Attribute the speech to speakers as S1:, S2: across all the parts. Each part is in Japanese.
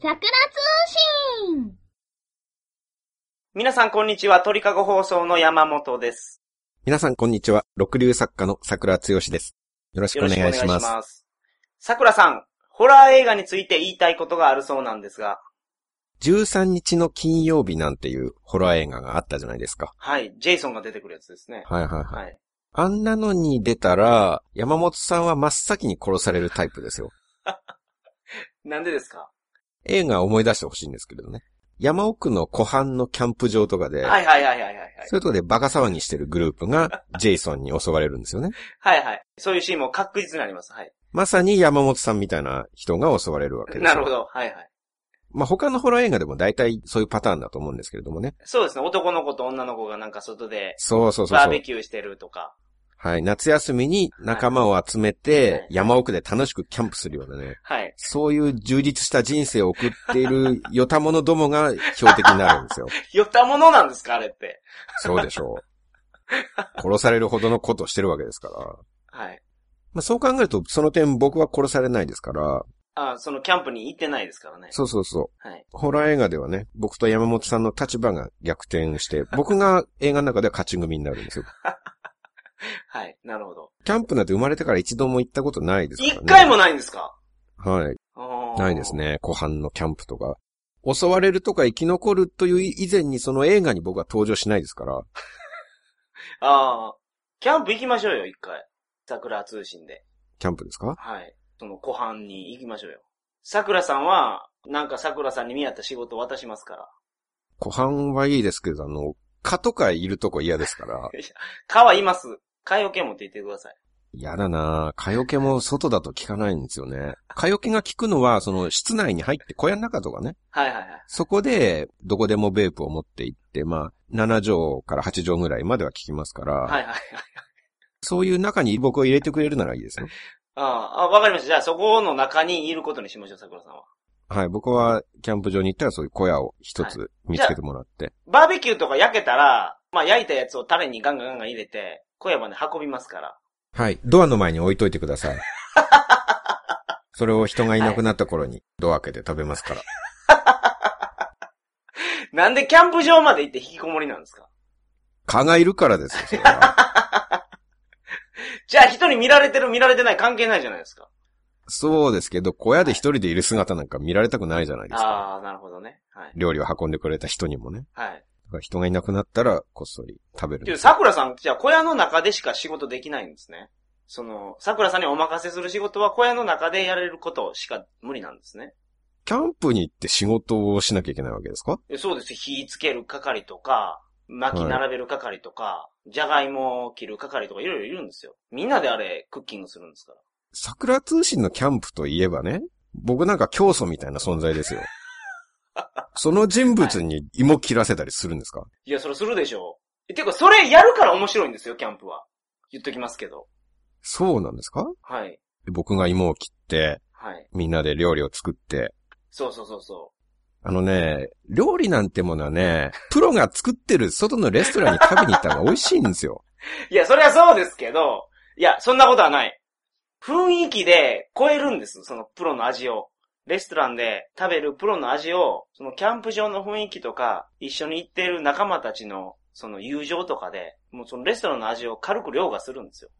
S1: 桜通信
S2: 皆さんこんにちは、鳥かご放送の山本です。
S3: 皆さん、こんにちは。六流作家の桜剛です。よろしくお願いします。
S2: す。桜さん、ホラー映画について言いたいことがあるそうなんですが、
S3: 13日の金曜日なんていうホラー映画があったじゃないですか。
S2: はい、ジェイソンが出てくるやつですね。
S3: はいはいはい。
S2: はい。
S3: あんなのに出たら、山本さんは真っ先に殺されるタイプですよ。
S2: なんでですか
S3: 映画思い出してほしいんですけれどね。山奥の湖畔のキャンプ場とかで、
S2: はいはいはいはいはいはい。
S3: そういうとこでバカ騒ぎしてるグループがジェイソンに襲われるんですよね。
S2: はいはい。そういうシーンも確実になります。はい。
S3: まさに山本さんみたいな人が襲われるわけですよ。
S2: なるほ。ど。はいはい。
S3: まあ、他のホラー映画でも大体そういうパターンだと思うんですけれどもね。
S2: そうですね、男の子と女の子がなんか外で
S3: そうそうそう
S2: バ
S3: そ
S2: ー
S3: う
S2: ベ。キューしてるとか。
S3: はい。夏休みに仲間を集
S2: は
S3: め
S2: い
S3: て、山奥で楽しくキャンプするようなね、
S2: はい。
S3: そういう充実した人生を送って いる、よた者どもが標的になるんですよ。
S2: 寄ったものなんですかあれって。
S3: そうでしょう。殺されるほどのことをしてるわけですから。
S2: はい。
S3: まあ、そう考えると、その点僕は殺されないですから、
S2: あ、そのキャンプに行ってないですからね。
S3: そうそうそう。
S2: はい。
S3: ホラー映画ではね、僕と山本さんの立場が逆転して、僕が映画の中では勝ち組になるんですよ。
S2: はい。なるほど。
S3: キャンプなんて生まれてから一度も行ったことないですから
S2: 一
S3: ね。
S2: 回もないんですか
S3: はい。
S2: あー
S3: ないですね。湖畔のキャンプとか。襲われるとか生き残るという以前にその映画に僕は登場しないですから。
S2: ああ、キャンプ行きましょうよ、一回。桜通信で。
S3: キャンプですか
S2: はい。その湖畔に行きましょうよ。桜さんは、なんか桜さんに見合った仕事を渡しますから。
S3: 湖畔はいいですけど、あの、蚊とかいるとこ嫌ですから。
S2: 蚊はいます。蚊よけ持って行ってください。
S3: 嫌だなぁ蚊よけも外だと効かないんですよね。蚊よけが効くのは、その室内に入って小屋の中とかね。
S2: はいはいはい。
S3: そこで、どこでもベープを持って行って、まあ、7畳から8畳ぐらいまでは効きますから、
S2: はいはいはい。
S3: そういう中に僕を入れてくれるならいいですよ。
S2: ああ、あわかりました。じゃあそこの中にいることにしましょう、桜さんは。
S3: はい、僕はキャンプ場に行ったらそういう小屋を一つ見つけてもらって。
S2: バーベキューとか焼けたら、まあ焼いたやつをタレにガンガンガンガン入れて、小屋まで運びますから。
S3: はい。ドアの前に置いといてくだ さい。それを人がいなくなった頃にドア開けて食べますから。
S2: なんでキャンプ場まで行って引きこもりなんですか
S3: 蚊がいるからですよそれ は。
S2: じゃあ人に見られてる見られてない関係ないじゃないですか。
S3: そうですけど、小屋で一人でいる姿なんか見られたくないじゃないですか。
S2: ああ、なるほどね。はい。
S3: 料理を運んでくれた人にもね。
S2: はい。
S3: だから人がいなくなったらこっそり食べるん
S2: で、
S3: です。
S2: 桜さん、じゃあ小屋の中でしか仕事できないんですね。その、桜さんにお任せする仕事は小屋の中でやれることしか無理なんですね。
S3: キャンプに行って仕事をしなきゃいけないわけですか
S2: でそうです。火つける係とか、薪並べる係とか、じゃがいもを切る係とかいろいろいるんですよ。みんなであれ、クッキングするんですから。
S3: 桜通信のキャンプといえばね、僕なんか教祖みたいな存在 ですよ。その人物に芋切らせたりするんですか
S2: いや、それするでしょう。てか、それやるから面白いんですよ、キャンプは。言っときますけど。
S3: そうなんですか
S2: はい。
S3: 僕が芋を切って、
S2: はい。
S3: みんなで料理を作って。
S2: そうそうそうそ
S3: あのね、料理なんてものはね、プロが作ってる外のレストランに食べに行った方が美味しいんですよ。
S2: う。いや、それはそうですけど、いや、そんなことはない。雰囲気で超えるんです、そのプロの味を。レストランで食べるプロの味を、そのキャンプ場の雰囲気とか、一緒に行ってる仲間たちの、その友情とかで、もうそのレストランの味を軽く凌駕するんですよ。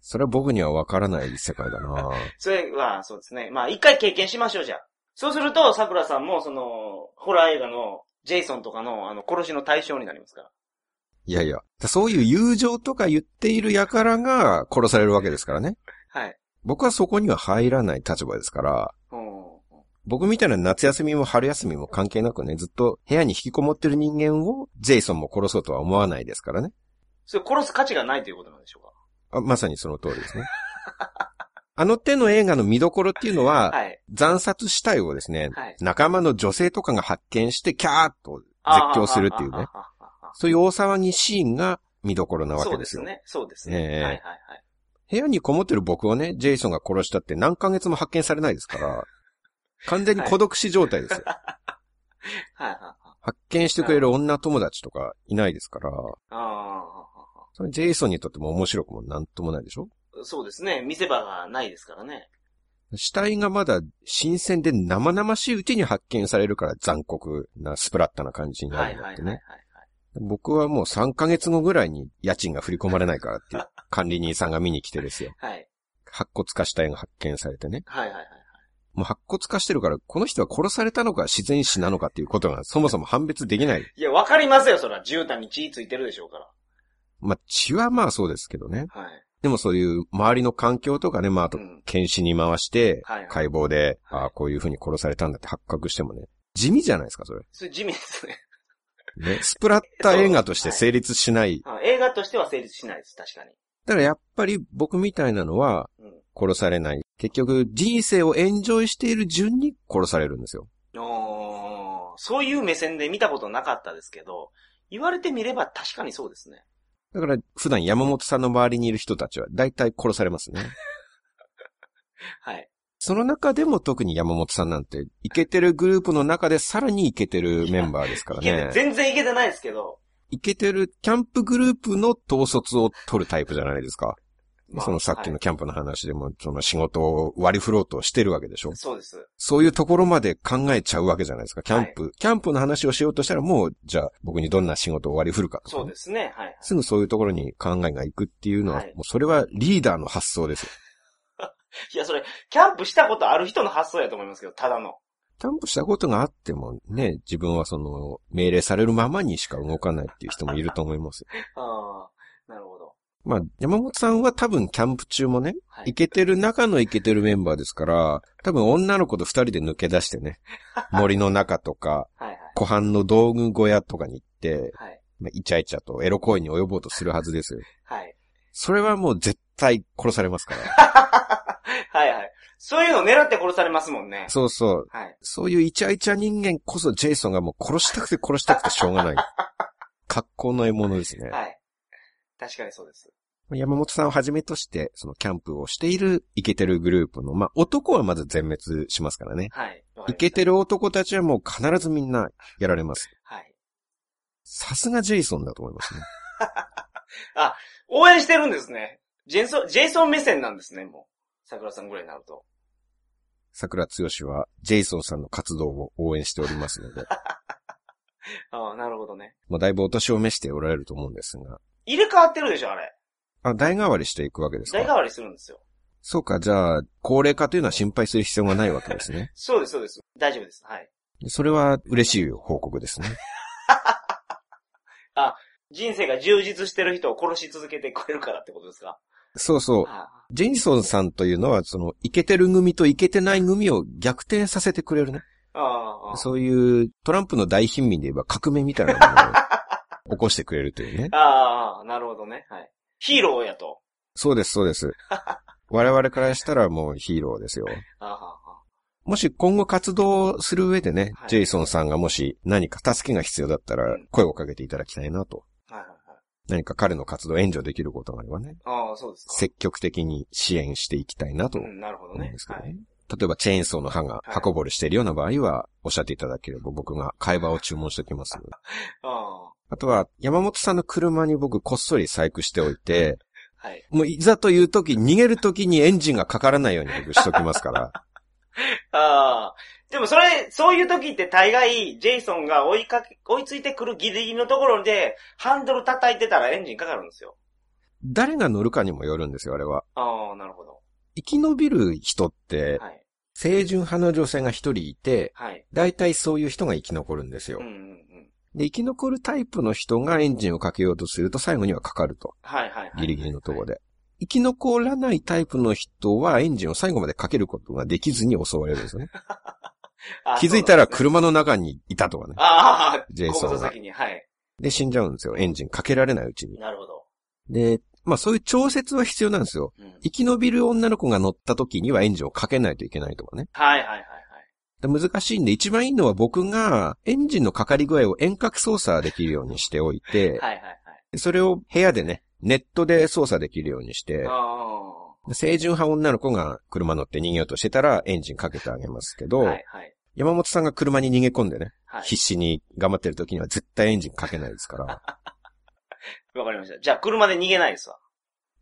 S3: それは僕にはわからない世界だな
S2: それは、そうですね。まあ、一回経験しましょう、じゃあ。そうすると、桜さんも、その、ホラー映画の、ジェイソンとかの、あの、殺しの対象になりますから。
S3: いやいや、そういう友情とか言っている輩が殺されるわけですからね。
S2: はい。
S3: 僕はそこには入らない立場ですから、
S2: うん。
S3: 僕みたいな夏休みも春休みも関係なくね、ずっと部屋に引きこもってる人間をジェイソンも殺そうとは思わないですからね。
S2: それ殺す価値がないということなんでしょう
S3: あまさにその通りですね。あの手の映画の見どころっていうのは、
S2: かはい。
S3: 残殺死体をですね、
S2: はい
S3: 仲間の女性とかが発見して、キャーっと絶叫するっていうね。
S2: あはははは
S3: そういう大騒ぎシーンが見どころなわ
S2: そ
S3: け
S2: う
S3: で
S2: ですす
S3: よ。
S2: ね。そうですね。は
S3: え
S2: い
S3: え
S2: はいはい。
S3: 部屋にこもってる僕をね、ジェイソンが殺したって何ヶ月も発見されないですから、完全に孤独死状 態ですよ。
S2: はいはいはい。
S3: 発見してくれる女友達とかいないですから、
S2: ああ
S3: それジェイソンにとっても面白くもなんともないでしょ
S2: そうですね。見せ場がないですからね。
S3: 死体がまだ新鮮で生々しいうちに発見されるから残酷なスプラッタな感じにな
S2: は
S3: る
S2: い
S3: ん
S2: はいはい
S3: だって
S2: はい
S3: ね。。僕はもう3ヶ月後ぐらいに家賃が振り込まれないからっていう管理人さんが見に来てですよ。
S2: はい。
S3: 白骨化死体が発見されてね。
S2: はいはいはい。
S3: もう白骨化してるから、この人は殺されたのか自然死なのかっていうことがそもそも判別できない。
S2: いや、わかりますよ、そら。絨毯に血ついてるでしょうから。
S3: まあ血はまあそうですけどね。
S2: はい。
S3: でもそういう周りの環境とかね、まああ
S2: う
S3: と
S2: ん。
S3: 検視に回して、
S2: はいはい。
S3: 解剖で、
S2: はい
S3: ああ、こういう風に殺されたんだって発覚してもね、地味じゃないですか、それ。
S2: それ地味ですね。
S3: ね、スプラッタ映画として成立しない。
S2: はい映画としては成立しないです、確かに。
S3: だからやっぱり僕みたいなのは
S2: うん
S3: 殺されない。結局人生をエンジョイしている順に殺されるんですよ。
S2: おーそういう目線で見たことなかったですけど、言われてみれば確かにそうですね。
S3: だから普段山本さんの周りにいる人たちは大体殺されますね。
S2: はい。
S3: その中でも特に山本さんなんて、イケてるグループの中でさらにイケてるメンバーですから
S2: いけて
S3: ね。
S2: 全然いけてないですけど。
S3: イケてるキャンプグループの統率を取るタイプじゃないですか。
S2: まあ
S3: そのさっき
S2: は
S3: のキャンプの話でも、その仕事を割り振ろうとしてるわけでしょ
S2: い。そうです。
S3: そういうところまで考えちゃうわけじゃないですか。キャンプ、キャンプの話をしようとしたらもう、じゃあ僕にどんな仕事を割り振るかとかね
S2: そうですね。はい。
S3: すぐそういうところに考えが行くっていうのは、
S2: はい
S3: もうそれはリーダーの発想ですよ。
S2: いや、それ、キャンプしたことある人の発想やと思いますけど、ただの。
S3: キャンプしたことがあってもね、自分はその命令されるままにしか動かないっていう人もいると思いますよ。
S2: ああ、なるほど。
S3: まあ、山本さんは多分キャンプ中もね、
S2: は
S3: イ
S2: い。
S3: ケてる中のイケてるメンバーですから、多分女の子と二人で抜け出してね、森の中とか、
S2: はいはい。
S3: 湖畔の道具小屋とかに行って、
S2: はい。
S3: まあ、イチャイチャとエロ行為に及ぼうとするはずですよ。
S2: はい。
S3: それはもう絶対殺されますから。
S2: はいはい。そういうの狙って殺されますもんね。
S3: そうそう。
S2: はい。
S3: そういうイチャイチャ人間こそジェイソンがもう殺したくて殺したくてしょうが ない。格好の獲物ですね。
S2: はい。確かにそうです。
S3: 山本さんをはじめとして、そのキャンプをしているイケてるグループの、まあ男はまず全滅しますからね。
S2: はい。
S3: イケてる男たちはもう必ずみんなやられます。
S2: はい。
S3: さすがジェイソンだと思いますね。
S2: 応援してるんですね。ジェイソン、ジェイソン目線なんですね、もう。桜さんぐらいになると。
S3: 桜剛はジェイソンさんの活動を応援しておりますの で、
S2: ああ、なるほどね。
S3: まあだいぶお年を召しておられると思うんですが、
S2: 入れ替わってるでしょ、あれ。
S3: あ、代替わりしていくわけです
S2: 代替
S3: か
S2: わりするんですよ。
S3: そうか、じゃあ、高齢化というのは心配する必要がないわけですね。
S2: そうです、そうです。大丈夫です。はい。
S3: それは嬉しい報告ですね。
S2: 人生が充実してる人を殺し続けてくれるからってことですか
S3: そうそう。
S2: ああ
S3: ジェイソンさんというのは、その、イケてる組とイケてない組を逆転させてくれるね。
S2: ああ、
S3: そういう、トランプの大貧民で言えば革命みたいなものを起こしてくれるというね。
S2: ああ、なるほどね。はい。ヒーローやと。
S3: そうです、そうです。我々からしたらもうヒーローですよ。
S2: ああ
S3: もし今後活動する上でね、
S2: はい
S3: ジェイソンさんがもし何か助けが必要だったら
S2: うん
S3: 声をかけていただきたいなと。
S2: ああ、はいはいはい。
S3: 何か彼の活動を援助できることがあればね、
S2: ああ、そうですか。
S3: 積極的に支援していきたいなと
S2: うん、なるほど
S3: 思うん
S2: ね
S3: です。け
S2: は
S3: どね。
S2: い。
S3: 例えばチェーンソーの刃が
S2: い
S3: 刃こぼれしているような場合は、おっしゃっていただければ僕が会話を注文しておきます。
S2: あ
S3: あとは、山本さんの車に僕こっそり細工しておいて、
S2: あ、はい。
S3: もういざという時、逃げる時にエンジンがかからないように僕しときますから。
S2: ああ、でもそれ、そういう時って大概、ジェイソンが追いかけ、追いついてくるギリギリのところで、ハンドル叩いてたらエンジンかかるんですよ。
S3: 誰が乗るかにもよるんですよ、あれは。
S2: ああ、なるほど。
S3: 生き延びる人って、
S2: はい。
S3: 清純派の女性が一人いて、
S2: はい。
S3: 大体そういう人が生き残るんですよ
S2: うんう。んうん。
S3: で、生き残るタイプの人がエンジンをかけようとすると最後にはかかると。
S2: はいはいはい。
S3: ギリギリのところで。生き残らないタイプの人はエンジンを最後までかけることができずに襲われるんですよね。
S2: ああ
S3: 気づい
S2: そうなんです
S3: たら
S2: ね
S3: 車の中にいたとかね。
S2: ああ、
S3: ジェイソンが
S2: 後座席に、はい。
S3: で、死んじゃうんですよ。エンジンかけられないうちに。
S2: なるほど。
S3: で、まあそういう調節は必要なんですよ。
S2: うん、はい
S3: 生き延びる女の子が乗った時にはエンジンをかけないといけないとかね。
S2: はいはいはい。
S3: で難しいんで、一番いいのは僕がエンジンのかかり具合を遠隔操作できるようにしておいて、
S2: はいはいはい。
S3: それを部屋でね、ネットで操作できるようにして
S2: あ、あ
S3: 清純派女の子が車乗って逃げようとしてたらエンジンかけてあげますけど、
S2: はいはい。
S3: 山本さんが車に逃げ込んでね、
S2: はい。
S3: 必死に頑張ってる時には絶対エンジンかけないですから、
S2: わかりました。じゃあ、車で逃げないですわ。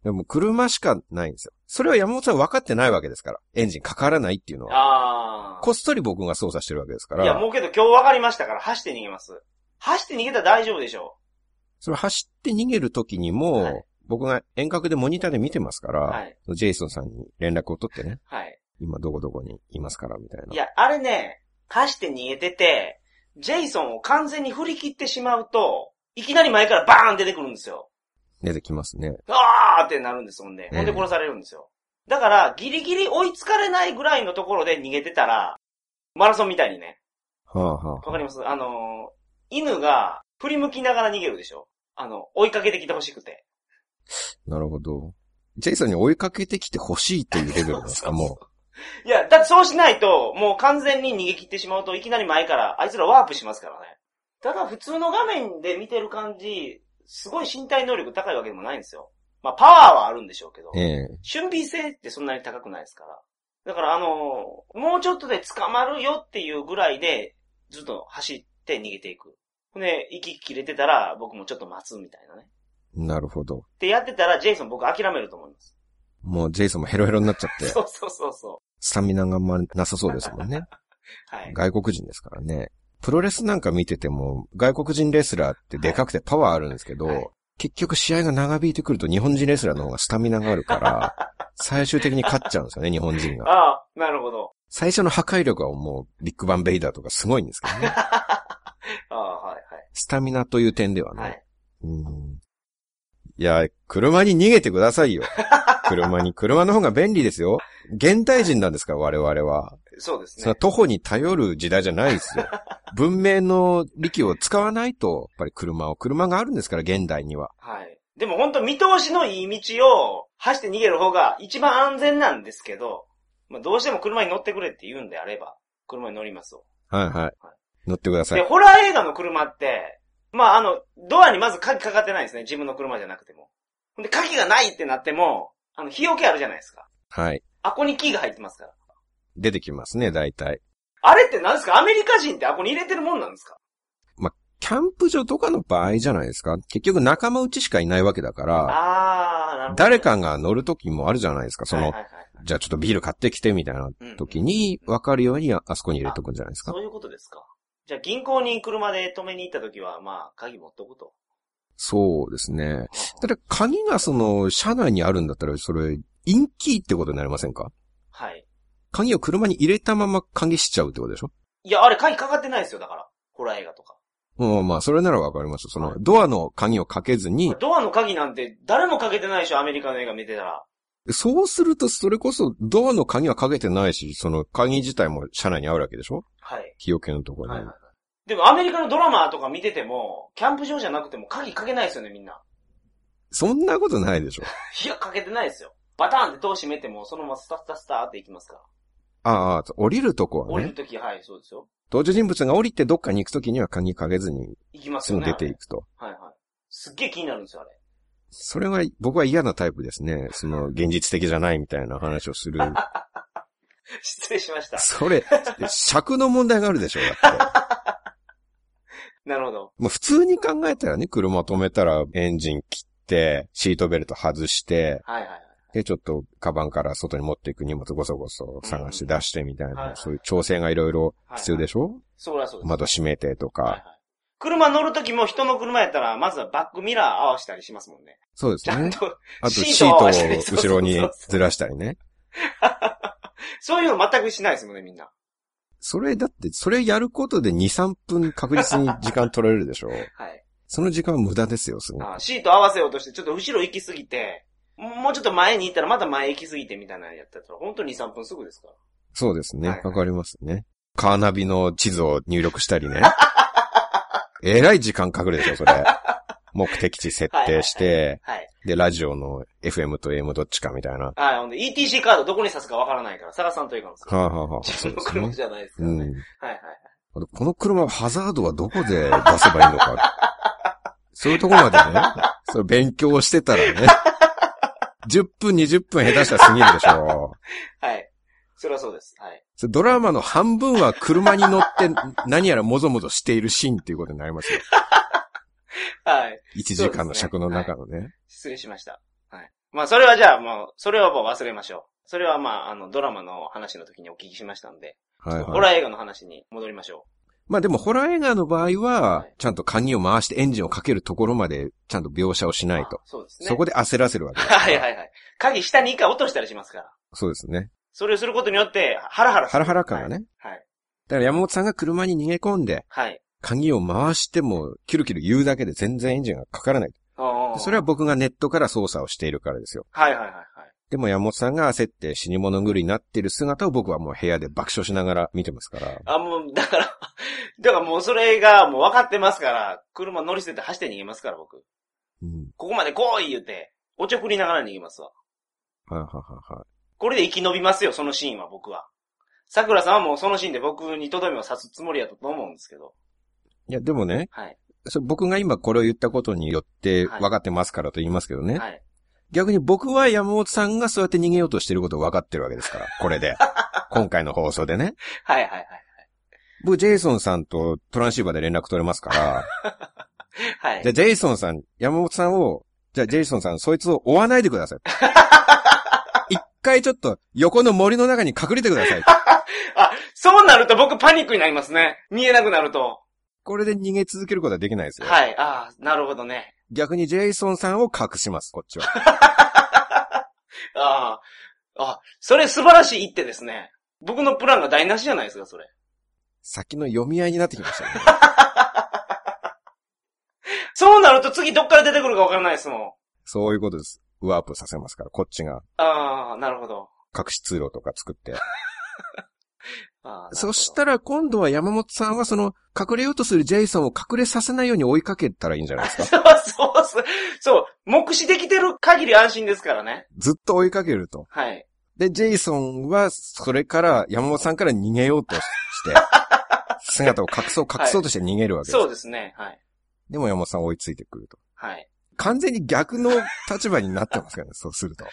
S3: でも車しかないんですよ。それは山本さん分かってないわけですから。エンジンかからないっていうのは。
S2: あ
S3: こっそり僕が操作してるわけですか
S2: あ。いや、
S3: ら。
S2: もうけど今日わかりましたから、走って逃げます。走って逃げたら大丈夫でしょ
S3: それ走って逃げる時にも、
S2: はい
S3: 僕が遠隔でモニターで見てますから、
S2: う。はい。
S3: ジェイソンさんに連絡を取ってね、
S2: はい。
S3: 今どこどこにいますから、みたいな。
S2: いや、あれね、走って逃げてて、ジェイソンを完全に振り切ってしまうと、いきなり前からバーン出てくるんですよ。
S3: 出てきますね。
S2: あーってなるんです、ほんで。ほんで
S3: うん
S2: 殺されるんですよ。だから、ギリギリ追いつかれないぐらいのところで逃げてたら、マラソンみたいにね。
S3: はあ、はあ、
S2: わかりますあのー犬が振り向きながら逃げるでしょあの、追いかけてきてほしくて。
S3: なるほど。ジェイソンに追いかけてきてほしいというレベルなんです か、
S2: そうそう
S3: も
S2: いや、だってそうしないと、もう完全に逃げ切ってしまうといきなり前から、あいつらワープしますからね。ただ普通の画面で見てる感じ、すごい身体能力高いわけでもないんですよ。まあパワーはあるんでしょうけど
S3: う。。ええ
S2: 俊敏性ってそんなに高くないですから。だからあのーもうちょっとで捕まるよっていうぐらいで、ずっと走って逃げていく。で、息切れてたら僕もちょっと待つみたいなね。
S3: なるほど。
S2: ってやってたらジェイソン僕諦めると思います。
S3: もうジェイソンもヘロヘロになっちゃって、
S2: そうそうそうそ
S3: スタミナがあんまなさそうですもんね。
S2: う。はい。
S3: 外国人ですからね。プロレスなんか見てても、外国人レスラーってでかくてパワーあるんですけど、
S2: はい
S3: 結局試合が長引いてくると日本人レスラーの方がスタミナがある から、最終的に勝っちゃうんですよね、日本人が。
S2: ああ、なるほど。
S3: 最初の破壊力はもうビッグバンベイダーとかすごいんですけ どね。
S2: ああ、はい
S3: スタミナという点ではね。、
S2: はい。はいい。
S3: うんいや、車に逃げてくださいよ。 車に、車の方が便利ですよ。現代人なんですから、我々は。
S2: そうです
S3: それ
S2: ね
S3: は。徒歩に頼る時代じゃないですよ。文明の利器を使わないと、やっぱり車を、車があるんですから、現代には。
S2: はい。でも本当見通しのいい道を走って逃げる方が一番安全なんですけど、まあどうしても車に乗ってくれって言うんであれば、車に乗りますよ。
S3: はいはい。乗ってくださ
S2: で、
S3: い。
S2: ホラー映画の車って、まあ、あの、ドアにまず鍵かかってないんですね。自分の車じゃなくても。ほんで、鍵がないってなっても、あの、日よけあるじゃないですか。
S3: はい。
S2: アコにキーが入ってますから。
S3: 出てきますね、大体。
S2: あれって何ですかアメリカ人ってアコに入れてるもんなんですか
S3: キャンプ場とかの場合じゃないですか。結局仲間内しかいないわけだから、
S2: あー、なるほど。
S3: 誰かが乗る時もあるじゃないですか。そ
S2: はい
S3: の
S2: はい、はい、
S3: じゃあちょっとビール買ってきてみたいな時に、わかるようにああそこに入れとくんじゃないですか
S2: そ。ういうことですか。じゃあ、銀行に車で止めに行った時は、まあ、鍵持っとくと。
S3: そうですね。ただ、鍵がその、車内にあるんだったら、それ、インキーってことになりませんか
S2: はい。
S3: 鍵を車に入れたまま鍵しちゃうってことでしょ
S2: いや、あれ鍵かかってないですよ、だから。ホラー映画とか。
S3: うん、まあ、それならわかりますよ。その、ドアの鍵をかけずに、
S2: ドアの鍵なんて誰もかけてないでしょ、アメリカの映画見てたら。
S3: そうすると、それこそ、ドアの鍵はかけてないし、その、鍵自体も車内にあるわけでしょ
S2: はい。
S3: 日よけのところに。
S2: はいはいはい。でもアメリカのドラマとか見てても、キャンプ場じゃなくても鍵かけないですよね、みんな。
S3: そんなことないでしょ
S2: いや、かけてないですよ。バターンってドア閉めても、そのままスタスタスタっていきますから。
S3: ああ、降りるとこ
S2: 降
S3: は
S2: り
S3: ね
S2: る、とき、はい、そうですよ。
S3: 登場人物が降りてどっかに行くときには鍵かけずに、
S2: 行きます
S3: す
S2: よ
S3: ぐ
S2: ね。
S3: 出ていくと。
S2: あれはいはい。すっげえ気になるんですよ、あれ。
S3: それは、僕は嫌なタイプですね。その、現実的じゃないみたいな話をする。
S2: 失礼しました。
S3: それ、尺の問題があるでしょだって。
S2: なるほど。
S3: まあ、普通に考えたらね、車止めたらエンジン切って、シートベルト外して、
S2: はいはいはい。
S3: で、ちょっと、カバンから外に持っていく荷物ごそごそ探して出してみたい
S2: はいは
S3: な、
S2: い
S3: そういう調整がいろいろ必要でしょ
S2: そりゃそうです。
S3: 窓閉めてと
S2: はいはい
S3: か。。
S2: 車乗るときも人の車やったら、まずはバックミラー合わしたりしますもんね。
S3: そうです
S2: ちゃん
S3: ね。
S2: と、
S3: あと、
S2: シ
S3: シ
S2: ー
S3: ー
S2: ト
S3: ト
S2: を
S3: を
S2: そうそうそう
S3: 後ろにずらしたりね。
S2: そういうの全くしないですもんね、みんな。
S3: それだって、それやることで2、3分確実に時間取られるでしょ
S2: はい。
S3: その時間は無駄ですよ、すごい。
S2: あシート合わせようとして、ちょっと後ろ行きすぎて、もうちょっと前に行ったらまた前行きすぎてみたいなのやったら、本当に2、3分すぐですから。
S3: そうです
S2: はい
S3: ね
S2: は。い
S3: わかりますね。カーナビの地図を入力した りね。えらい時間かかるでしょ、それ。 目的地設定して、
S2: はい。
S3: で、ラジオの FM と AM どっちかみたいな。は
S2: あほんで ETC カードどこに刺すかわからないから、探さんといかんです
S3: あ、
S2: よ。
S3: はあはあ、
S2: 自
S3: そう
S2: 分の
S3: です
S2: 車
S3: ね。
S2: じゃないですか
S3: う
S2: らね。
S3: ん。
S2: はいはい。
S3: あとこの車はハザードはどこで出せばいいのか。 そういうとこまでね、それ勉強してたらね、10分、20分下手したら過ぎるでしょ。
S2: はい。それはそうです。はい。
S3: それドラマの半分は車に 乗って何やらもぞもぞしているシーンっていうことになりますよ。
S2: はい。
S3: 1時間の尺の中のね。
S2: 失礼しました。まあ、それはじゃあもう、それはもう忘れましょう。それはまあ、あの、ドラマの話の時にお聞きしましたんで、
S3: はい
S2: ホ
S3: はい。
S2: ラー映画の話に戻りましょ
S3: まあでもホラー映画の場合
S2: は、
S3: はいちゃんと鍵を回してエンジンをかけるところまでちゃんと描写をし
S2: う。
S3: ないと
S2: あ。。そうですね。
S3: そこで焦らせるわけで す。
S2: はいはいはい。鍵下に一回落としたりしますから。
S3: そうですね。
S2: それをすることによって、ハラハラす
S3: ハ
S2: る
S3: ラハラ感がね。
S2: はい。
S3: だから山本さんが車に逃げ込んで、
S2: はい。
S3: 鍵を回しても、キルキル言うだけで全然エンジンがかからない。
S2: おー
S3: それは、僕がネットから操作をしているからですよ。
S2: はいはいはいはい。
S3: でも山本さんが焦って死に物狂いになっている姿を僕はもう部屋で爆笑しながら見てますから。
S2: あ、もう、だから、 だからもうそれがもう分かってますから、車乗り捨てて走って逃げますから僕。
S3: うん。
S2: ここまで来い言うて、おちょくりながら逃げますわ。
S3: はいはいはいはい。
S2: これで生き延びますよ、そのシーンは僕は。桜さんはもうそのシーンで僕にとどめを刺すつもりやったと思うんですけど。
S3: いや、でもね、
S2: はい。
S3: そ僕が今これを言ったことによって
S2: はい
S3: 分かってますからと言いますけどね。
S2: はい。
S3: 逆に僕は山本さんがそうやって逃げようとしてることを分かってるわけです から、これで。今回の放送でね。
S2: はいはいはい。
S3: 僕、ジェイソンさんとトランシーバーで連絡取れますから、
S2: はい
S3: じゃ。あジェイソンさん、山本さんを、じゃあジェイソンさん、そいつを追わないでく ださい。一回ちょっと横の森の中に隠れてください。
S2: そうなると僕パニックになりますね。見えなくなると。
S3: これで逃げ続けることはできないですよ。
S2: はい。ああ、なるほどね。
S3: 逆にジェイソンさんを隠します、こっ ちは。
S2: ああ。あ、それ素晴らしい一手ですね。僕のプランが台無しじゃないですか、それ。
S3: 先の読み合いになってきましたね。
S2: そうなると次どっから出てくるかわからないですもん。
S3: そういうことです。ワープさせますから、こっちが
S2: ああ、なるほど。
S3: 隠し通路とか作って。
S2: ああ
S3: そしたら今度は山本さんはその隠れようとするジェイソンを隠れさせないように追いかけたらいいんじゃないです か。
S2: ら。 そうそうそう。そう。目視できてる限り安心ですからね。
S3: ずっと追いかけると。
S2: はい。
S3: で、ジェイソンはそれから山本さんから逃げようとして、 姿を隠そう隠そうとして逃げるわけです。
S2: そうですね。はい。
S3: でも山本さん追いついてくると。
S2: はい。
S3: 完全に逆の立場になってますからね、そうすると。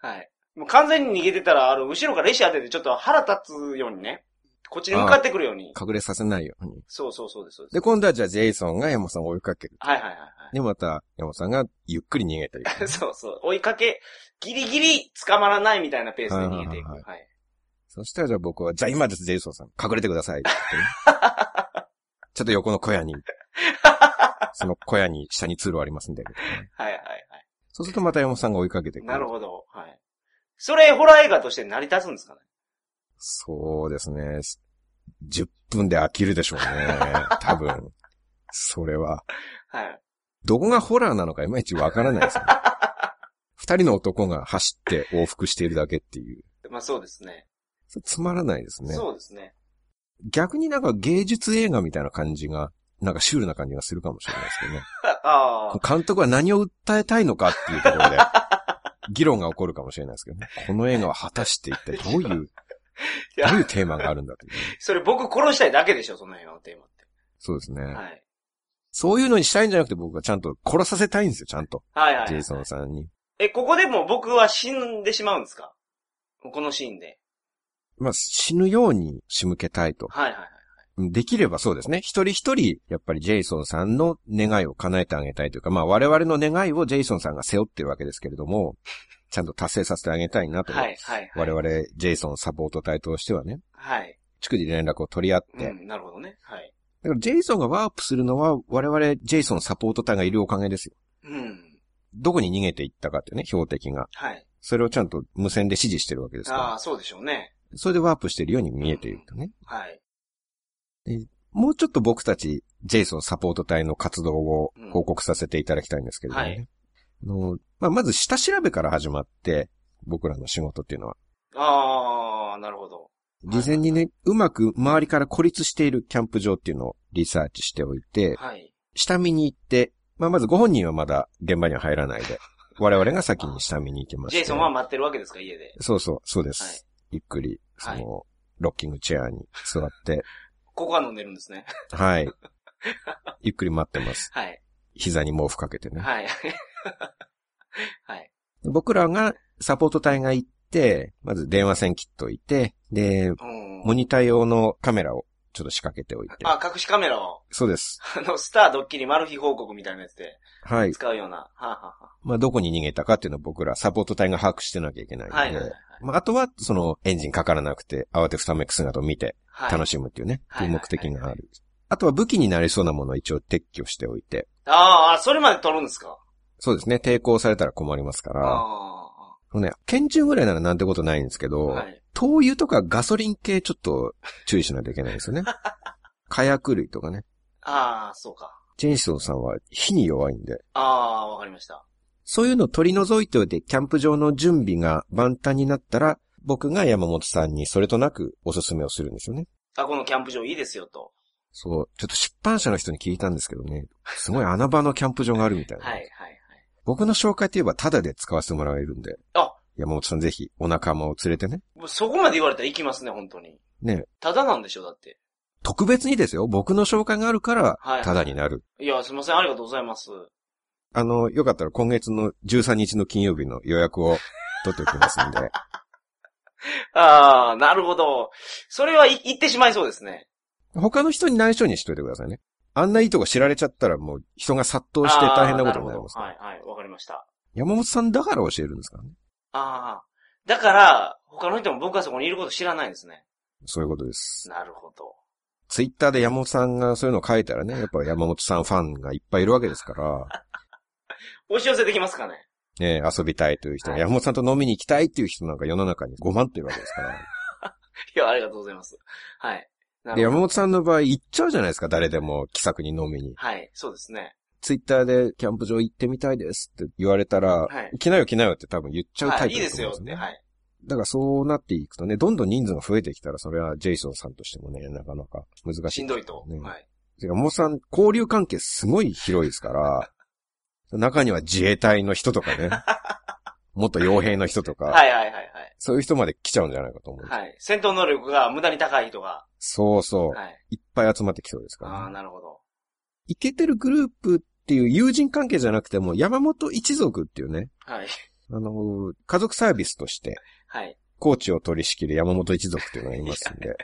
S2: はい。もう完全に逃げてたら、あの、後ろから石当ててちょっと腹立つようにね。こっちに向かってくるように。
S3: 隠れさせないように。
S2: そうそうそうです。そうです
S3: で、今度はじゃあジェイソンが山本さんを追いかける。
S2: はいはいはいはい。
S3: で、また山本さんがゆっくり逃げていく。
S2: そうそう。追いかけ、ギリギリ捕まらないみたいなペースで逃げていく。
S3: は
S2: はい
S3: はい
S2: い。
S3: そしたらじゃあ僕は、じゃあ今です、ジェイソンさん。隠れてくださいって言ってね。ちょっと横の小屋に。その小屋に下に通路ありますんで。みたいな
S2: はいはいはい。
S3: そうするとまた山本さんが追いかけてくる。
S2: なるほど。はい。それ、ホラー映画として成り立つんですかね
S3: そうですね。10分で飽きるでしょうね。多分。それは。
S2: はい。
S3: どこがホラーなのかいまいちわからないですね。二人の男が走って往復しているだけっていう。
S2: まあそうですね。
S3: それつまらないですね。
S2: そうですね。
S3: 逆になんか芸術映画みたいな感じが、なんかシュールな感じがするかもしれないですけどね。
S2: ああ。
S3: 監督は何を訴えたいのかっていうと ころで、議論が起こるかもしれないですけどね。この映画は果たして一体どう いう、
S2: い
S3: どういう
S2: や、
S3: テーマがあるんだという。
S2: それ僕殺したいだけでしょ、その辺のテーマっ
S3: そうですね。
S2: て。はい。
S3: そういうのにしたいんじゃなくて僕はちゃんと殺させたいんですよ、ちゃんと。
S2: はいはい
S3: ジェ
S2: は
S3: イ
S2: い。
S3: ソンさんに。
S2: え、ここでもう僕は死んでしまうんですかこのシーンで。
S3: まあ、死ぬように仕向けたいと。
S2: はいはいはい。
S3: できればそうですね。一人一人、やっぱりジェイソンさんの願いを叶えてあげたいというか、まあ我々の願いをジェイソンさんが背負ってるわけですけれども、ちゃんと達成させてあげたいなと。
S2: はいはいはい。
S3: 我々、ジェイソンサポート隊としてはね、
S2: はい。
S3: 地区で連絡を取り合って、
S2: うん、なるほどね。はい。
S3: だからジェイソンがワープするのは、我々、ジェイソンサポート隊がいるおかげですよ。
S2: うん。
S3: どこに逃げていったかっていうね、標的が。
S2: はい。
S3: それをちゃんと無線で指示してるわけです
S2: あ
S3: か
S2: あ、そうでしょうね。
S3: ら。それでワープしてるように見えているとね。
S2: はい。
S3: もうちょっと僕たち、ジェイソンサポート隊の活動を
S2: うん
S3: 報告させていただきたいんですけれどもね。
S2: はい
S3: あのまあ、まず下調べから始まって、僕らの仕事っていうのは。
S2: ああ、なるほど。
S3: 事前にね、うまく周りから孤立しているキャンプ場っていうのをリサーチしておいて、
S2: はい。
S3: 下見に行って、まあ、まずご本人はまだ現場には入らない で、我々が先に下見に行きまし
S2: ジ
S3: た。
S2: ェイソンは待ってるわけですか、家で。
S3: そうそう、そうです。
S2: はい
S3: ゆっくり、その、ロッキングチェアに座って、
S2: ここは飲んでるんです ね。
S3: はい。ゆっくり待ってます。
S2: はい。
S3: 膝に毛布かけてね。
S2: はい。 はい。
S3: 僕らが、サポート隊が行って、まず電話線切っといて、で、
S2: うん
S3: モニター用のカメラをちょっと仕掛けておいて。
S2: あ、隠しカメラを、
S3: そうです。
S2: あの、スタードッキリマル秘報告みたいなやつで
S3: はい。
S2: 使うような。はあ、はあは
S3: まあ、どこに逃げたかっていうのを僕らサポート隊が把握してなきゃいけない
S2: あ、
S3: の
S2: はい
S3: で。
S2: はいはい
S3: まあ、あとは、その、エンジンかからなくて、慌てふためく姿を見て、
S2: はい。
S3: 楽
S2: しい。
S3: しむっていうね、
S2: はい
S3: という目的がある。あとは武器になりそうなものを一応撤去しておいて、
S2: ああ、それまで撮るんですか
S3: そうですね、抵抗されたら困りますか
S2: あ
S3: ら、
S2: あ
S3: このね、拳銃ぐらいならなんてことないんですけ
S2: ー。
S3: ど、
S2: はい。
S3: 灯油とかガソリン系ちょっと注意しないといけな いですよね。火薬類とかね。
S2: ああ、そうか。
S3: ジェンシソンさんは火に弱いんで、
S2: ああ、わかりました。
S3: そういうのを取り除いておいて、キャンプ場の準備が万端になったら、僕が山本さんにそれとなくおすすめをするんですよね。
S2: あ、このキャンプ場いいですよと。
S3: そう、ちょっと出版社の人に聞いたんですけどね、すごい穴場のキャンプ場があるみたいな。
S2: はい、はい、はい。
S3: 僕の紹介といえばタダで使わせてもらえるんで。
S2: あ
S3: 山本さんぜひお仲間を連れてね。
S2: もうそこまで言われたら行きますね、本当に。
S3: ね、
S2: ただなんでしょ、だって。
S3: 特別にですよ。僕の紹介があるから
S2: はい、
S3: タダになる。
S2: いや、すみません、ありがとうございます。
S3: あの、よかったら今月の13日の金曜日の予約を取っておきますん で。
S2: ああ、なるほど。それはい、行ってしまいそうですね。
S3: 他の人に内緒にしといてくださいね。あんないいとこ知られちゃったらもう人が殺到して大変なことになりますか
S2: あ
S3: ら
S2: ーるほどはい、はい、わかりました。
S3: 山本さんだから教えるんですからね。
S2: ああ。だから、他の人も僕がそこにいること知らないんですね。
S3: そういうことです。
S2: なるほど。
S3: ツイッターで山本さんがそういうの書いたらね、やっぱ山本さんファンがいっぱいいるわけですから。
S2: 押し寄せできますかね
S3: ね、遊びたいという人、
S2: はい
S3: 山本さんと飲みに行きたいっていう人なんか世の中に5万っているわけで すから。
S2: いや、ありがとうございます。はい。な
S3: で、
S2: るほ
S3: 山
S2: ど。
S3: 本さんの場合行っちゃうじゃないですか、誰でも気さくに飲みに。
S2: はい、そうですね。
S3: ツイッターでキャンプ場行ってみたいですって言われたら、
S2: はい
S3: 来なよ来なよって多分言っちゃうタ
S2: は
S3: イ
S2: い、
S3: プ
S2: いいで
S3: だと
S2: す
S3: 思うん
S2: よって。
S3: ですよね。
S2: はい。
S3: だからそうなっていくとね、どんどん人数が増えてきたら、それはジェイソンさんとしてもね、なかなか難しい、
S2: しんどいと。
S3: ね
S2: はい。
S3: てか、もうさん、交流関係すごい広いですから、中には自衛隊の人と かね、元傭兵の人とか、
S2: はい、はい、はい、はい。
S3: そういう人まで来ちゃうんじゃないかと思う。
S2: はい。戦闘能力が無駄に高い人が。
S3: そうそう、
S2: はい。
S3: いっぱい集まってきそうですか
S2: あ
S3: ら、
S2: あ、
S3: ね。
S2: なるほど。
S3: いけてるグループっていう友人関係じゃなくても、山本一族っていうね、
S2: はい。
S3: あのー、家族サービスとして、
S2: はい。
S3: コーチを取り仕切る山本一族っていうのがいますんで、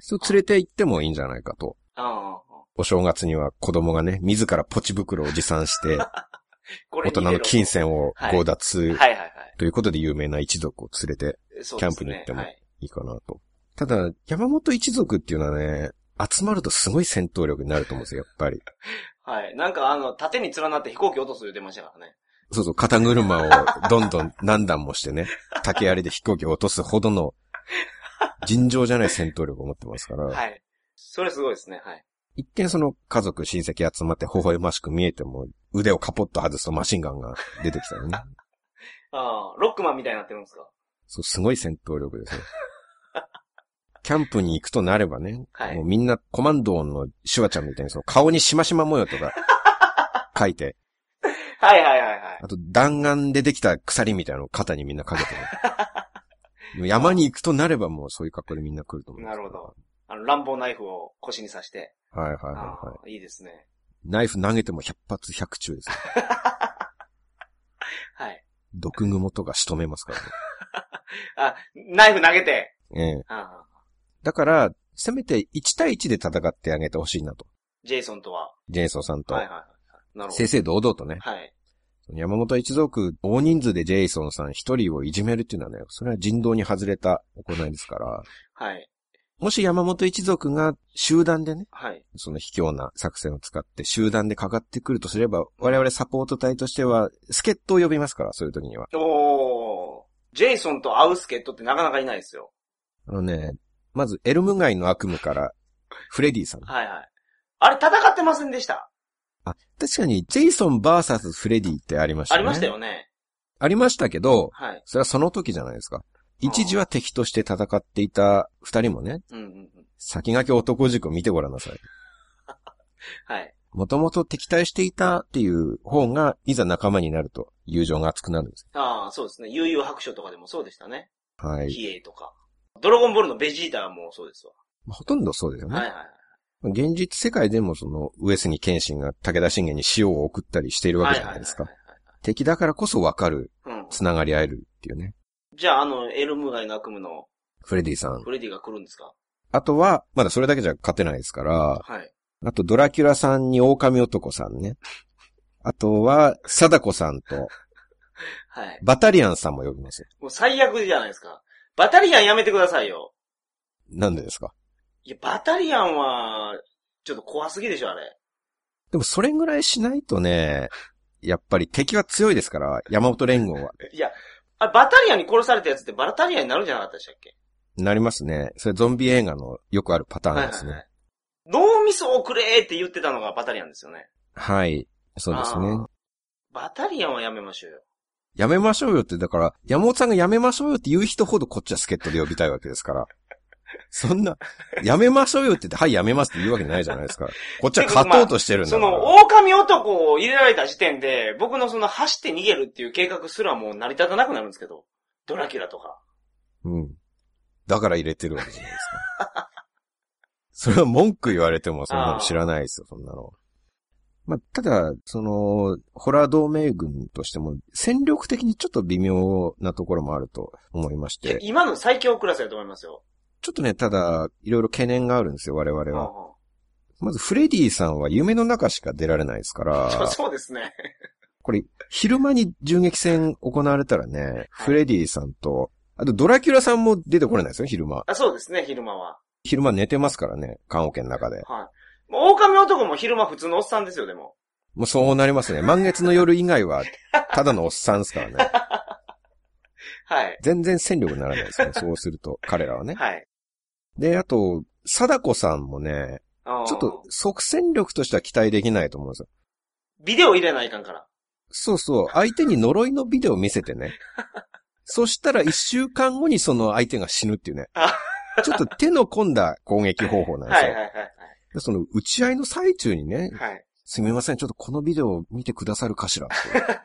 S3: そう連れて行ってもいいんじゃないかと。
S2: ああ。
S3: お正月には子供がね、自らポチ袋を持 参して、
S2: こ
S3: 大人の金銭を強奪す
S2: はい
S3: る
S2: はいはい。
S3: ということで有名な一族を連れて
S2: そうですね
S3: キャンプに行っても
S2: はい
S3: いいかなと。ただ、山本一族っていうのはね、集まるとすごい戦闘力になると思うんですよ、やっぱり。
S2: はい。なんかあの、縦に連なって飛行機落とす言ってましたからね。
S3: そうそう、肩車をどんどん何段もしてね、竹槍で飛行機を落とすほどの尋常じゃない戦闘力を持ってますか ら、
S2: はい。それすごいですね。はい。
S3: 一見その家族、親戚集まって微笑ましく見えても、腕をカポッと外すとマシンガンが出てきた りね。
S2: ああ、ロックマンみたいになってるんですか
S3: そう、すごい戦闘力ですよ。キャンプに行くとなればね、
S2: はい
S3: もうみんなコマンドのシュワちゃんみたいにその顔にしましま模様 とか書いて、
S2: はいはいはいはい。
S3: あと弾丸でできた鎖みたいなのを肩にみんなかけ てね。もう山に行くとなればもうそういう格好でみんな来ると思うんですけ
S2: なるほあの、乱暴ナイフを腰に刺して。
S3: はいはい
S2: あ
S3: はい、はい。
S2: あ、いいですね。
S3: ナイフ投げても100発100中ですよ。
S2: はい。
S3: 毒蜘蛛とか仕留めますから
S2: あ、ナイフ投げて。
S3: ね。ええ。
S2: ああ、
S3: だから、せめて1対1で戦ってあげてほしいなと。
S2: ジェイソンとは。
S3: ジェイソンさんと
S2: はいは。いはい。なるほ
S3: 正々堂々とね。
S2: ど。はい。
S3: 山本一族、大人数でジェイソンさん一人をいじめるっていうのはね、それは人道に外れた行いですから、
S2: はい。
S3: もし山本一族が集団でね、
S2: はい。
S3: その卑怯な作戦を使って集団でかかってくるとすれば、我々サポート隊としては、助っ人を呼びますから、そういう時には。
S2: おー。ジェイソンと会う助っ人ってなかなかいないですよ。
S3: あのね、まず、エルム街の悪夢から、フレディさん。
S2: はいはい。あれ戦ってませんでした。
S3: あ、確かに、ジェイソンバーサスフレディってありました
S2: あ
S3: ね。
S2: りました。よね。
S3: ありましたけど、
S2: はい。
S3: それはその時じゃないですか。一時は敵として戦っていた二人もね、
S2: うんうんうん。
S3: 先駆け男塾を見てごらんなさい。
S2: はい。
S3: もともと敵対していたっていう方が、いざ仲間になると友情が熱くなるんです。
S2: ああ、そうですね。悠々白書とかでもそうでしたね。
S3: はい。
S2: 比叡とか。ドラゴンボールのベジータもそうですわ。
S3: まあほとんどそうですよ
S2: はい
S3: ね。
S2: はいはい。
S3: 現実世界でもその、上杉謙信が武田信玄に塩を送ったりしているわけじゃないですか
S2: は。
S3: 敵だからこそわかる、
S2: いはいはいはい。
S3: 繋がり合えるっていうね。
S2: うん。じゃあ、あの、エルム街の悪夢の
S3: フレディさん、
S2: フレディが来るんですか
S3: あとは、まだそれだけじゃ勝てないですから、
S2: はい。
S3: あとドラキュラさんに狼男さんね。あとは、貞子さんと、
S2: はい。
S3: バタリアンさんも呼びますよ。
S2: もう最悪じゃないですか。バタリアンやめてくださいよ。
S3: なんでですか
S2: いや、バタリアンは、ちょっと怖すぎでしょ、あれ。
S3: でもそれぐらいしないとね、やっぱり敵は強いですから、山本連合は。
S2: いや、あ、バタリアンに殺されたやつってバタリアンになるんじゃなかったでしたっけ
S3: なりますね。それゾンビ映画のよくあるパターンですね。
S2: はいはいはい。脳みそをくれーって言ってたのがバタリアンですよね。
S3: はい。そうですね
S2: あ。ーバタリアンはやめましょうよ。
S3: やめましょうよって、だから、山本さんがやめましょうよって言う人ほどこっちは助っ人で呼びたいわけですから。そんな、やめましょうよって言って、はい、やめますって言うわけないじゃないですか。こっちは勝とうとしてるんだ
S2: そ
S3: から。
S2: の、狼男を入れられた時点で、僕のその走って逃げるっていう計画すらもう成り立たなくなるんですけど。ドラキュラとか。
S3: うん。だから入れてるわけじゃないですか。 それは文句言われてもそんなの知らないですよ、そんなの。まあ、ただ、その、ホラー同盟軍としても、戦力的にちょっと微妙なところもあると思いまし
S2: いや
S3: て、
S2: 今の最強クラスだと思いますよ。
S3: ちょっとね、ただ、いろいろ懸念があるんですよ、我々は。
S2: う
S3: まず、フレディさんは夢の中しか出られないですか
S2: んうんそう
S3: ら、
S2: そうですね。
S3: これ、昼間に銃撃戦行われたらね、フレディさんと、あとドラキュラさんも出てこれないですよ、昼間。
S2: あそうですね、昼間は。
S3: 昼間寝てますからね、缶オケの中で。
S2: はい。もう狼男も昼間普通のおっさんですよ、でも。
S3: もうそうなりますね。満月の夜以外は、ただのおっさんですからね。
S2: はい。
S3: 全然戦力にならないですね。そうすると、彼らはね。
S2: はい。
S3: で、あと、貞子さんもね、
S2: ちょ
S3: ちょっと即戦力としては期待できないと思うんですよ。
S2: ビデオ入れないかんから。
S3: そうそう、相手に呪いのビデオを見せてね。そしたら一週間後にその相手が死ぬっていうね
S2: あ。
S3: ちょっと手の込んだ攻撃方法なんです
S2: はい
S3: よ。
S2: はいはい
S3: でその打ち合いの最中にね、
S2: はい。はい。
S3: すみません、ちょっとこのビデオを見てくださるかしらって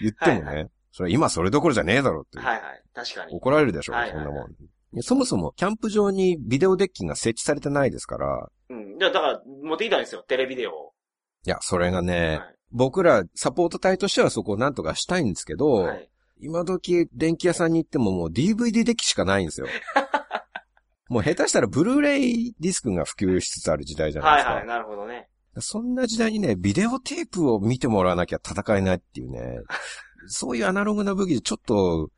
S3: 言ってもね、
S2: は
S3: それ今それどころじゃねえだろっていう
S2: はいはい。確かに。
S3: 怒られるでしょ、
S2: はいはい
S3: そんなもん。いやそもそも、キャンプ場にビデオデッキが設置されてないですから、
S2: うん。じゃあだから、持ってきたんですよ、テレビデオを。
S3: いや、それがね、
S2: はい
S3: 僕らサポート隊としてはそこをなんとかしたいんですけど、
S2: はい。
S3: 今時電気屋さんに行ってももう DVD デッキしかないん ですよ。もう下手したらブルーレイディスクが普及しつつある時代じゃない
S2: は
S3: で
S2: い
S3: すか。
S2: はい、なるほどね。
S3: そんな時代にね、ビデオテープを見てもらわなきゃ戦えないってい うね、そういうアナログな武器でちょっと、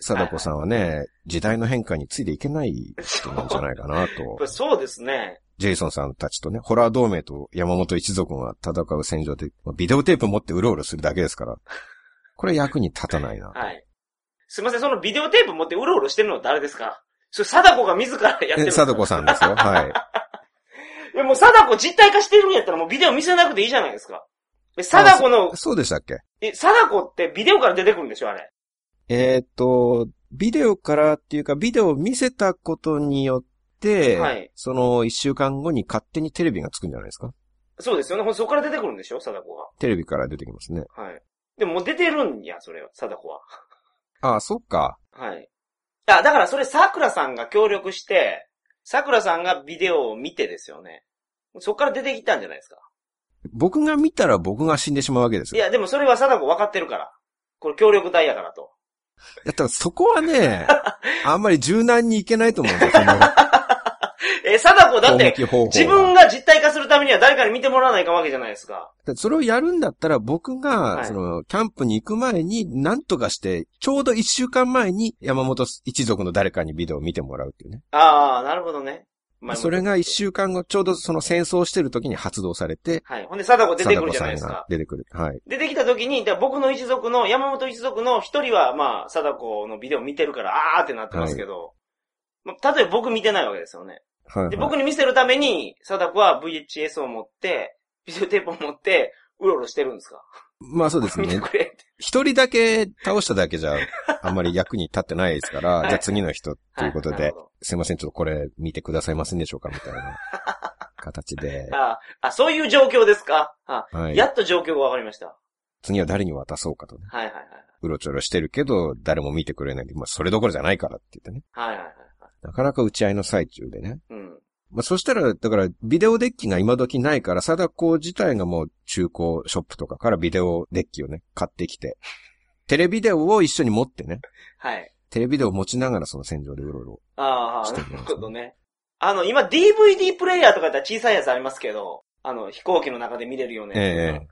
S3: 貞子さんはね、時代の変化についていけない人なんじゃないかなと。
S2: そうですね。
S3: ジェイソンさんたちとね、ホラー同盟と山本一族が戦う戦場で、まあビデオテープ持ってうろうろするだけですから、これ役に立たな いな。
S2: はい。すいません、そのビデオテープ持ってうろうろしてるのは誰ですかそれ、貞子が自らやってるんで
S3: え、
S2: すか
S3: 貞子さんですよ。はい。
S2: いや、もう貞子実体化してるんやったらもうビデオ見せなくていいじゃないですか。え、貞子 の、
S3: そうでしたっけ
S2: え、貞子ってビデオから出てくるんでしょ、あれ。
S3: えーっと、ビデオからっていうか、ビデオを見せたことによって、
S2: はい
S3: その一週間後に勝手にテレビがつくんじゃないですか
S2: そうですよね。ほんそこから出てくるんでしょ、貞子
S3: テレビから出てきますね。
S2: が。はい。でももう出てるんや、それは、貞子は。
S3: ああ、そっか。
S2: はい。あ、だからそれ桜さんが協力して、桜さんがビデオを見てですよね。そっから出てきたんじゃないですか。
S3: 僕が見たら僕が死んでしまうわけです
S2: い
S3: よ。
S2: や、でもそれは貞子分かってるから。これ協力隊やからと。
S3: いや、ただそこ はね、あんまり柔軟にいけないと思うんですよ、その
S2: え、貞子だっ
S3: 攻
S2: て、
S3: 撃方法は。
S2: 自分が実体化するためには誰かに見てもらわないかんわけじゃないですか。
S3: だってそれをやるんだったら僕が、
S2: はい
S3: その、キャンプに行く前に何とかして、ちょうど一週間前に山本一族の誰かにビデオを見てもらうっていうね。
S2: ああ、なるほどね。まあ
S3: それが一。週間後、ちょうどその戦争してる時に発動されて、
S2: はい。ほんで、貞子出てくるじゃないで
S3: 貞子
S2: す
S3: さんが
S2: か。
S3: 出てくる。はい。
S2: 出てきた時に、だから僕の一族の、山本一族の一人は、まあ、貞子のビデオ見てるから、あーってなってますけど、まあ、例えば僕見てないわけですよね。
S3: はい、
S2: で、
S3: はい。
S2: 僕に見せるために、貞子は VHS を持って、ビデオテープを持って、うろうろしてるんですか
S3: まあそうです
S2: 見て
S3: ね。
S2: くれって。
S3: 一人だけ倒しただけじゃ、あんまり役に立ってないですから、
S2: はい
S3: じゃあ次の人ということ
S2: はな
S3: で
S2: る、ほど
S3: すいません、ちょっとこれ見てくださいませんでしょうか、みたいな形で、
S2: あーあ、そういう状況ですかあ、
S3: はい
S2: や。っと状況がわかりました。
S3: 次は誰に渡そうかとね。
S2: はいはいはいう
S3: ろちょろしてるけど、誰も見てくれないんで、まあそれどころじゃないからって言ってね。
S2: はい。はいはいはい。
S3: なかなか打ち合いの最中でね。
S2: うん。
S3: まあ、そしたら、だから、ビデオデッキが今時ないから、貞子自体がもう中古ショップとかからビデオデッキをね、買ってきて、テレビデオを一緒に持ってね、
S2: はい。
S3: テレビデオを持ちながらその戦場でうろうろ。
S2: ああ、
S3: し
S2: な
S3: て
S2: る
S3: みます
S2: ほどね。あの、今 DVD プレイヤーとかやったら小さいやつありますけど、あの、飛行機の中で見れるような
S3: ええ
S2: やつ
S3: ええ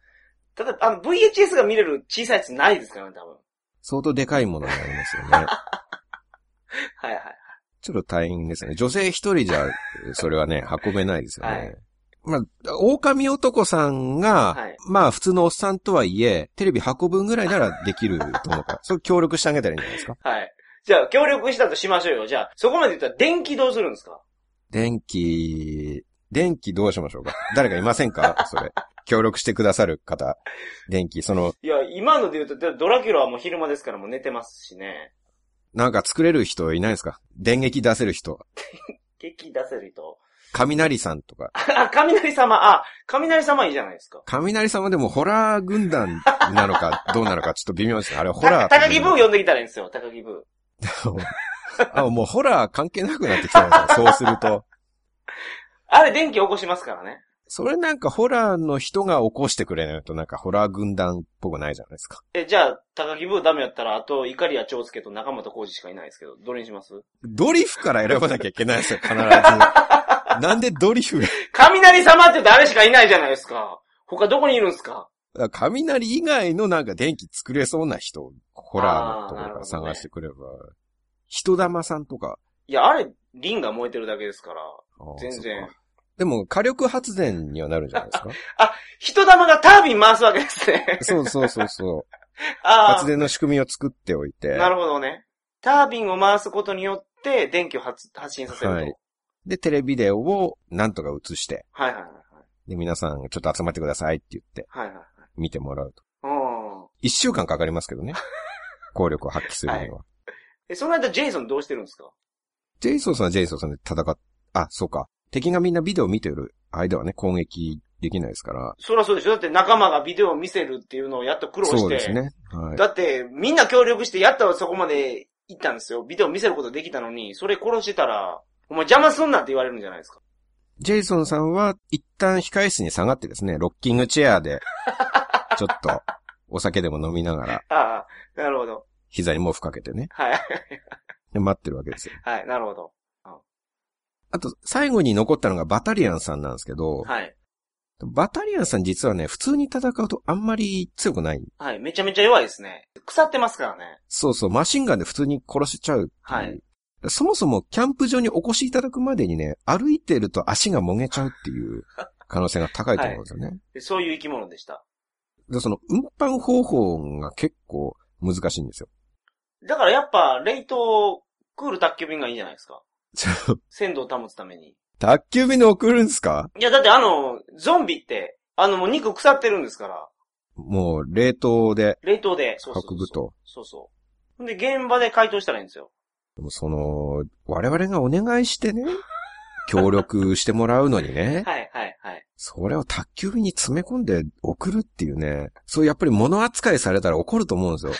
S2: とか。ただ、あの、VHS が見れる小さいやつないですからね、多分。
S3: 相当でかいものになりますよね。
S2: はいはい。
S3: ちょっと大変ですね。女性一人じゃ、それはね、運べないですよね。
S2: はい
S3: まあ、狼男さんが、
S2: はい
S3: まあ普通のおっさんとはいえ、テレビ運ぶぐらいならできると思うから、それ協力してあげたらいいんじゃないですか。
S2: はい。じゃあ、協力したとしましょうよ。じゃあ、そこまで言ったら電気どうするんですか
S3: 電気、電気どうしましょうか誰かいませんかそれ。協力してくださる方。電気、その、
S2: いや、今ので言うと、ドラキュラはもう昼間ですからもう寝てますしね。
S3: なんか作れる人いないですか電撃出せる人。
S2: 激出せる人。
S3: 雷さんとか。
S2: あ、雷様、あ、雷様いいじゃないですか。
S3: 雷様でもホラー軍団なの か、どうなのか、ちょっと微妙ですね。あれホラー。
S2: た高木ブー呼んできたらいいんですよ、高木ブー。
S3: あ、もうホラー関係なくなってきてますね。そうすると。
S2: あれ電気起こしますからね。
S3: それなんかホラーの人が起こしてくれないとなんかホラー軍団っぽくないじゃないですか。
S2: え、じゃあ、高木ブーダメやったら、あと、怒りや長介と中本浩二しかいないですけど、どれにします
S3: ドリフから選ばなきゃいけないですよ、必ず。なんでドリフ
S2: 雷様って言うとあれしかいないじゃないですか。他どこにいるんですか
S3: が、雷以外のなんか電気作れそうな人をホラーのところから探してくれば、人玉さんとか。
S2: いや、あれ、リンが燃えてるだけですから。
S3: あー
S2: 全然。
S3: そっかでも火力発電にはなるんじゃな いですか
S2: 人玉がタービン回すわけです ね。
S3: そうそうそうそう。
S2: ああ
S3: 発。電の仕組みを作っておいて。
S2: なるほどね。タービンを回すことによって、電気を発発信させると。は
S3: はいい、で、テレビデオをなんとか映して、
S2: はいはい
S3: で、皆さんちょっと集まってくださいって言って
S2: はい。はいはい。
S3: 見てもらうと。
S2: うん。
S3: 一週間かかります けどね。効力を発揮するには。
S2: え、その間ジェイソンどうしてるんですか
S3: ジェイソンさんはジェイソンさんで戦っ、あ、そうか。敵がみんなビデオ見てる間はね、攻撃できないですから。
S2: そりゃそうでしょだって仲間がビデオを見せるっていうのをやっと苦労して。
S3: そうですね。はい。
S2: だって、みんな協力してやったらそこまで行ったんですよ。ビデオ見せることできたのに、それ殺してたら、お前邪魔すんなって言われるんじゃないですか。
S3: ジェイソンさんは、一旦控え室に下がってですね、ロッキングチェ アで、ちょっと、お酒でも飲みながら、
S2: ああ、なるほど。
S3: 膝に毛布かけてね、
S2: はい。
S3: で待ってるわけですよ。
S2: はい、なるほど。
S3: あと、最後に残ったのがバタリアンさんなんですけど、
S2: はい。
S3: バタリアンさん実はね、普通に戦うとあんまり強くない。
S2: はい、めちゃめちゃ弱いですね。腐ってますからね。
S3: そうそう、マシンガンで普通に殺しちゃうっていう。
S2: はい
S3: そもそもキャンプ場にお越しいただくまでにね、歩いてると足がもげちゃうっていう可能性が高いと思うんですよね。
S2: でそういう生き物でした。
S3: でその運搬方法が結構難しいんですよ。
S2: だからやっぱ、冷凍、クール宅急便がいいんじゃないですか。
S3: ちょ
S2: 鮮度を保つために。
S3: 宅急便で送るんすか
S2: いや、だってあの、ゾンビって、あのもう肉腐ってるんですから、
S3: もう冷凍で
S2: 冷凍で。そうそうそう
S3: 運ぶと。
S2: そうそう。ほんで、現場で解凍したらいいんですよ。
S3: でもその、我々がお願いしてね、協力してもらうのにね、
S2: はい、はい、はい。
S3: それを宅急便に詰め込んで送るっていうね、そうやっぱり物扱いされたら怒ると思うんですよ。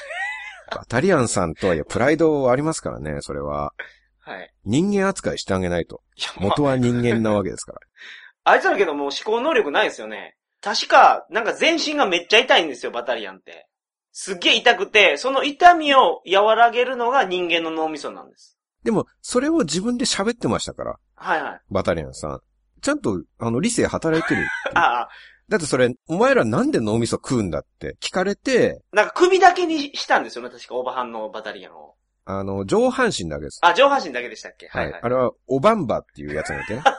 S3: バタリアンさんとはいえプライドありますからね、それは。
S2: はい。
S3: 人間扱いしてあげないと。
S2: いや、もう、
S3: 元は人間なわけですから。
S2: あいつらけどもう思考能力ないですよね。確か、なんか全身がめっちゃ痛いんですよ、バタリアンって。すっげえ痛くて、その痛みを和らげるのが人間の脳みそなんです。
S3: でも、それを自分で喋ってましたから、
S2: はいはい。
S3: バタリアンさん。ちゃんと、あの、理性働いてる。
S2: ああ、
S3: だってそれ、お前らなんで脳みそ食うんだって聞かれて、
S2: なんか首だけにしたんですよね、確か、オーバハンのバタリアンを。
S3: あの、上半身だけです。
S2: あ、上半身だけでしたっけはいはい
S3: あ。れは、オバンバっていうやつなんでね。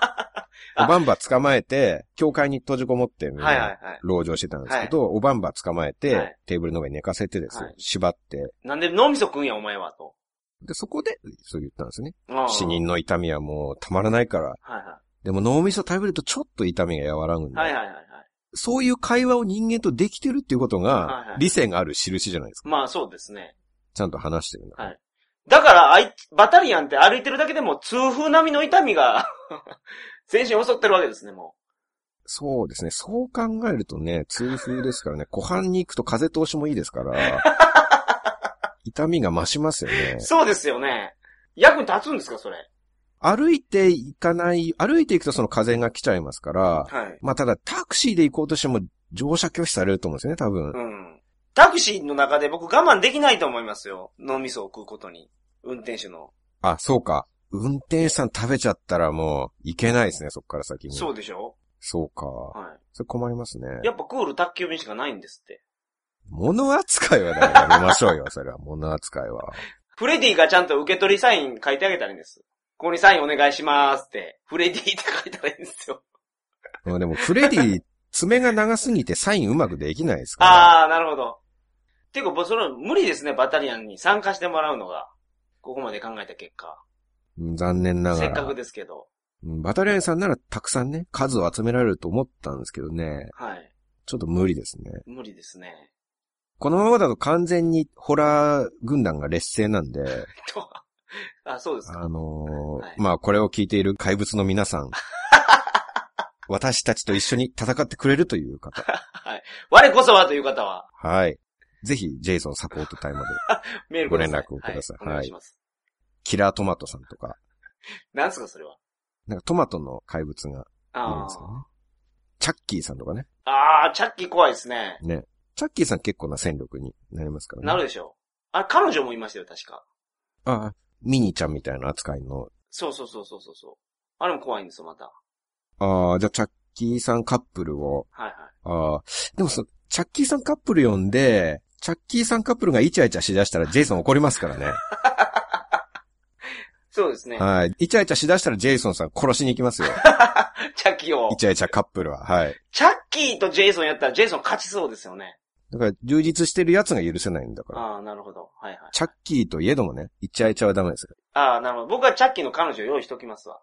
S2: あ
S3: オバンバ捕まえて、教会に閉じこもって、みんな
S2: はいはいはい。
S3: 籠城してたんですけど、オバンバ捕まえて、
S2: はい
S3: テーブルの上に寝かせてですよ、
S2: はい
S3: 縛って。
S2: なんで脳みそ食うんや、お前は、と。
S3: で、そこで、そう言ったんですね。
S2: ああ
S3: 死。人の痛みはもうたまらないから。
S2: はいは
S3: でも脳みそ食べるとちょっと痛みが和らぐん
S2: い。
S3: で、
S2: はいはいはいはい。
S3: そういう会話を人間とできてるっていうこと
S2: はいは
S3: が
S2: い、
S3: 理性がある印じゃないですか。
S2: まあそうですね。
S3: ちゃんと話してるんだ。
S2: だから、あい、バタリアンって歩いてるだけでも痛風並みの痛みが、 全身襲ってるわけですね、も
S3: そうですね。そう考えるとね、痛風です からね、湖畔に行くと風通しもいいですから、痛みが増しますよね
S2: う。。そうですよね。役に立つんですか、それ。
S3: 歩いて行かない、歩いて行くとその風が来ちゃいますから、
S2: はい。
S3: まあただタクシーで行こうとしても乗車拒否されると思うんですよね、多分。
S2: うん。タクシーの中で僕我慢できないと思いますよ。脳みそを食うことに。運転手の。
S3: あ、そうか。運転手さん食べちゃったらもう、いけないですね、そっから先に。。
S2: そううでしょ
S3: そうか。
S2: は
S3: それ困りますね
S2: い。。やっぱクール宅急便しかないんですって。
S3: 物扱いはだからやめましょうよ、 それは。物扱いは。
S2: フレディがちゃんと受け取りサイン書いてあげたらいいんです。ここにサインお願いしますって。フレディって書いたらいいんですよ。
S3: うんでも、フレディ、爪が長すぎてサインうまくできないですから。
S2: あー、なるほど。てか、それ無理ですね、バタリアンに参加してもらうのが。ここまで考えた結果。
S3: うん残念ながら。
S2: せっかくですけど。
S3: うんバタリアンさんならたくさんね、数を集められると思ったんですけどね、
S2: はい。
S3: ちょっと無理ですね。
S2: 無理ですね。
S3: このままだと完全にホラー軍団が劣勢なんで、
S2: とあ、そうですか。
S3: あのー
S2: はい
S3: まあこれを聞いている怪物の皆さ ん、私たちと一緒に戦ってくれるという方、
S2: 我こそはという方は、
S3: はい。ぜひ、ジェイソンサポート隊まで、
S2: メールください。
S3: ご連絡をください
S2: はい。お願いします。
S3: キラートマトさんとか、
S2: なんすか、それは。
S3: なんかトマトの怪物がいるん
S2: あ
S3: ですよ
S2: ー
S3: ね。チャッキーさんとかね。
S2: あー、チャッキー怖いですね。
S3: ね。チャッキーさん結構な戦力になりますからね。
S2: なるでしょう。あ、彼女もいましたよ、確か。
S3: ああ、ミニーちゃんみたいな扱いの
S2: そうそうそうそうそうそう。あれも怖いんですよ、また。は
S3: ああ、じゃあ、チャッキーさんカップルを、
S2: いはい。
S3: ああ、でもそ、チャッキーさんカップル呼んで、チャッキーさんカップルがイチャイチャしだしたらジェイソン怒ります からね。
S2: そうですね。
S3: はい。イチャイチャしだしたらジェイソンさん殺しに行 きますよ。
S2: チャッキーを
S3: イ。チャイチャカップルは。はい。
S2: チャッキーとジェイソンやったらジェイソン勝ちそうですよね。
S3: だから、充実してるやつが許せないんだから。
S2: ああ、なるほど。はいはい。
S3: チャッキーといえどもね、イチャイチャはダメですよ。
S2: ああ、なるほど。僕はチャッキーの彼女を用意しときますわ。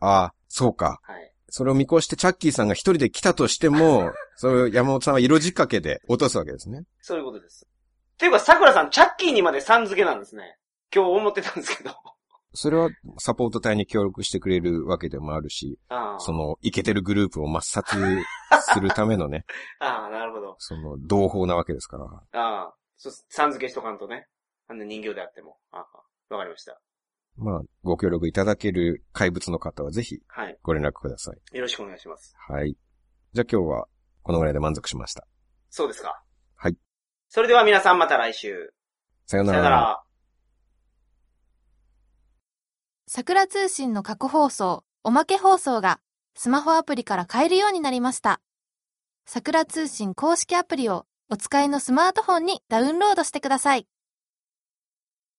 S3: ああ、そうか。
S2: はい。
S3: それを見越してチャッキーさんが一人で来たとして も、それを山本さんは色仕掛けで落とすわけですね。
S2: そういうことです。っていうか、桜さん、チャッキーにまでさん付けなんですね。今日思ってたんですけど。
S3: それはサポート隊に協力してくれるわけでもあるし、
S2: ああ。
S3: その、イケてるグループを抹殺するた めのね、
S2: ああ、なるほど。
S3: その、同胞なわけですから。
S2: ああ。そう、さん付けしとかんとね。あんな人形であっても。ああ。わかりました。
S3: まあ、ご協力いただける怪物の方はぜひ
S2: はい。
S3: ご連絡ください。
S2: よろしくお願いします。
S3: はい。じゃあ今日は、このぐらいで満足しました。
S2: そうですか。
S3: はい。
S2: それでは皆さんまた来週。
S3: さよう
S2: さよなら。
S4: 桜通信の過去放送、おまけ放送がスマホアプリから買えるようになりました。桜通信公式アプリをお使いのスマートフォンにダウンロードしてください。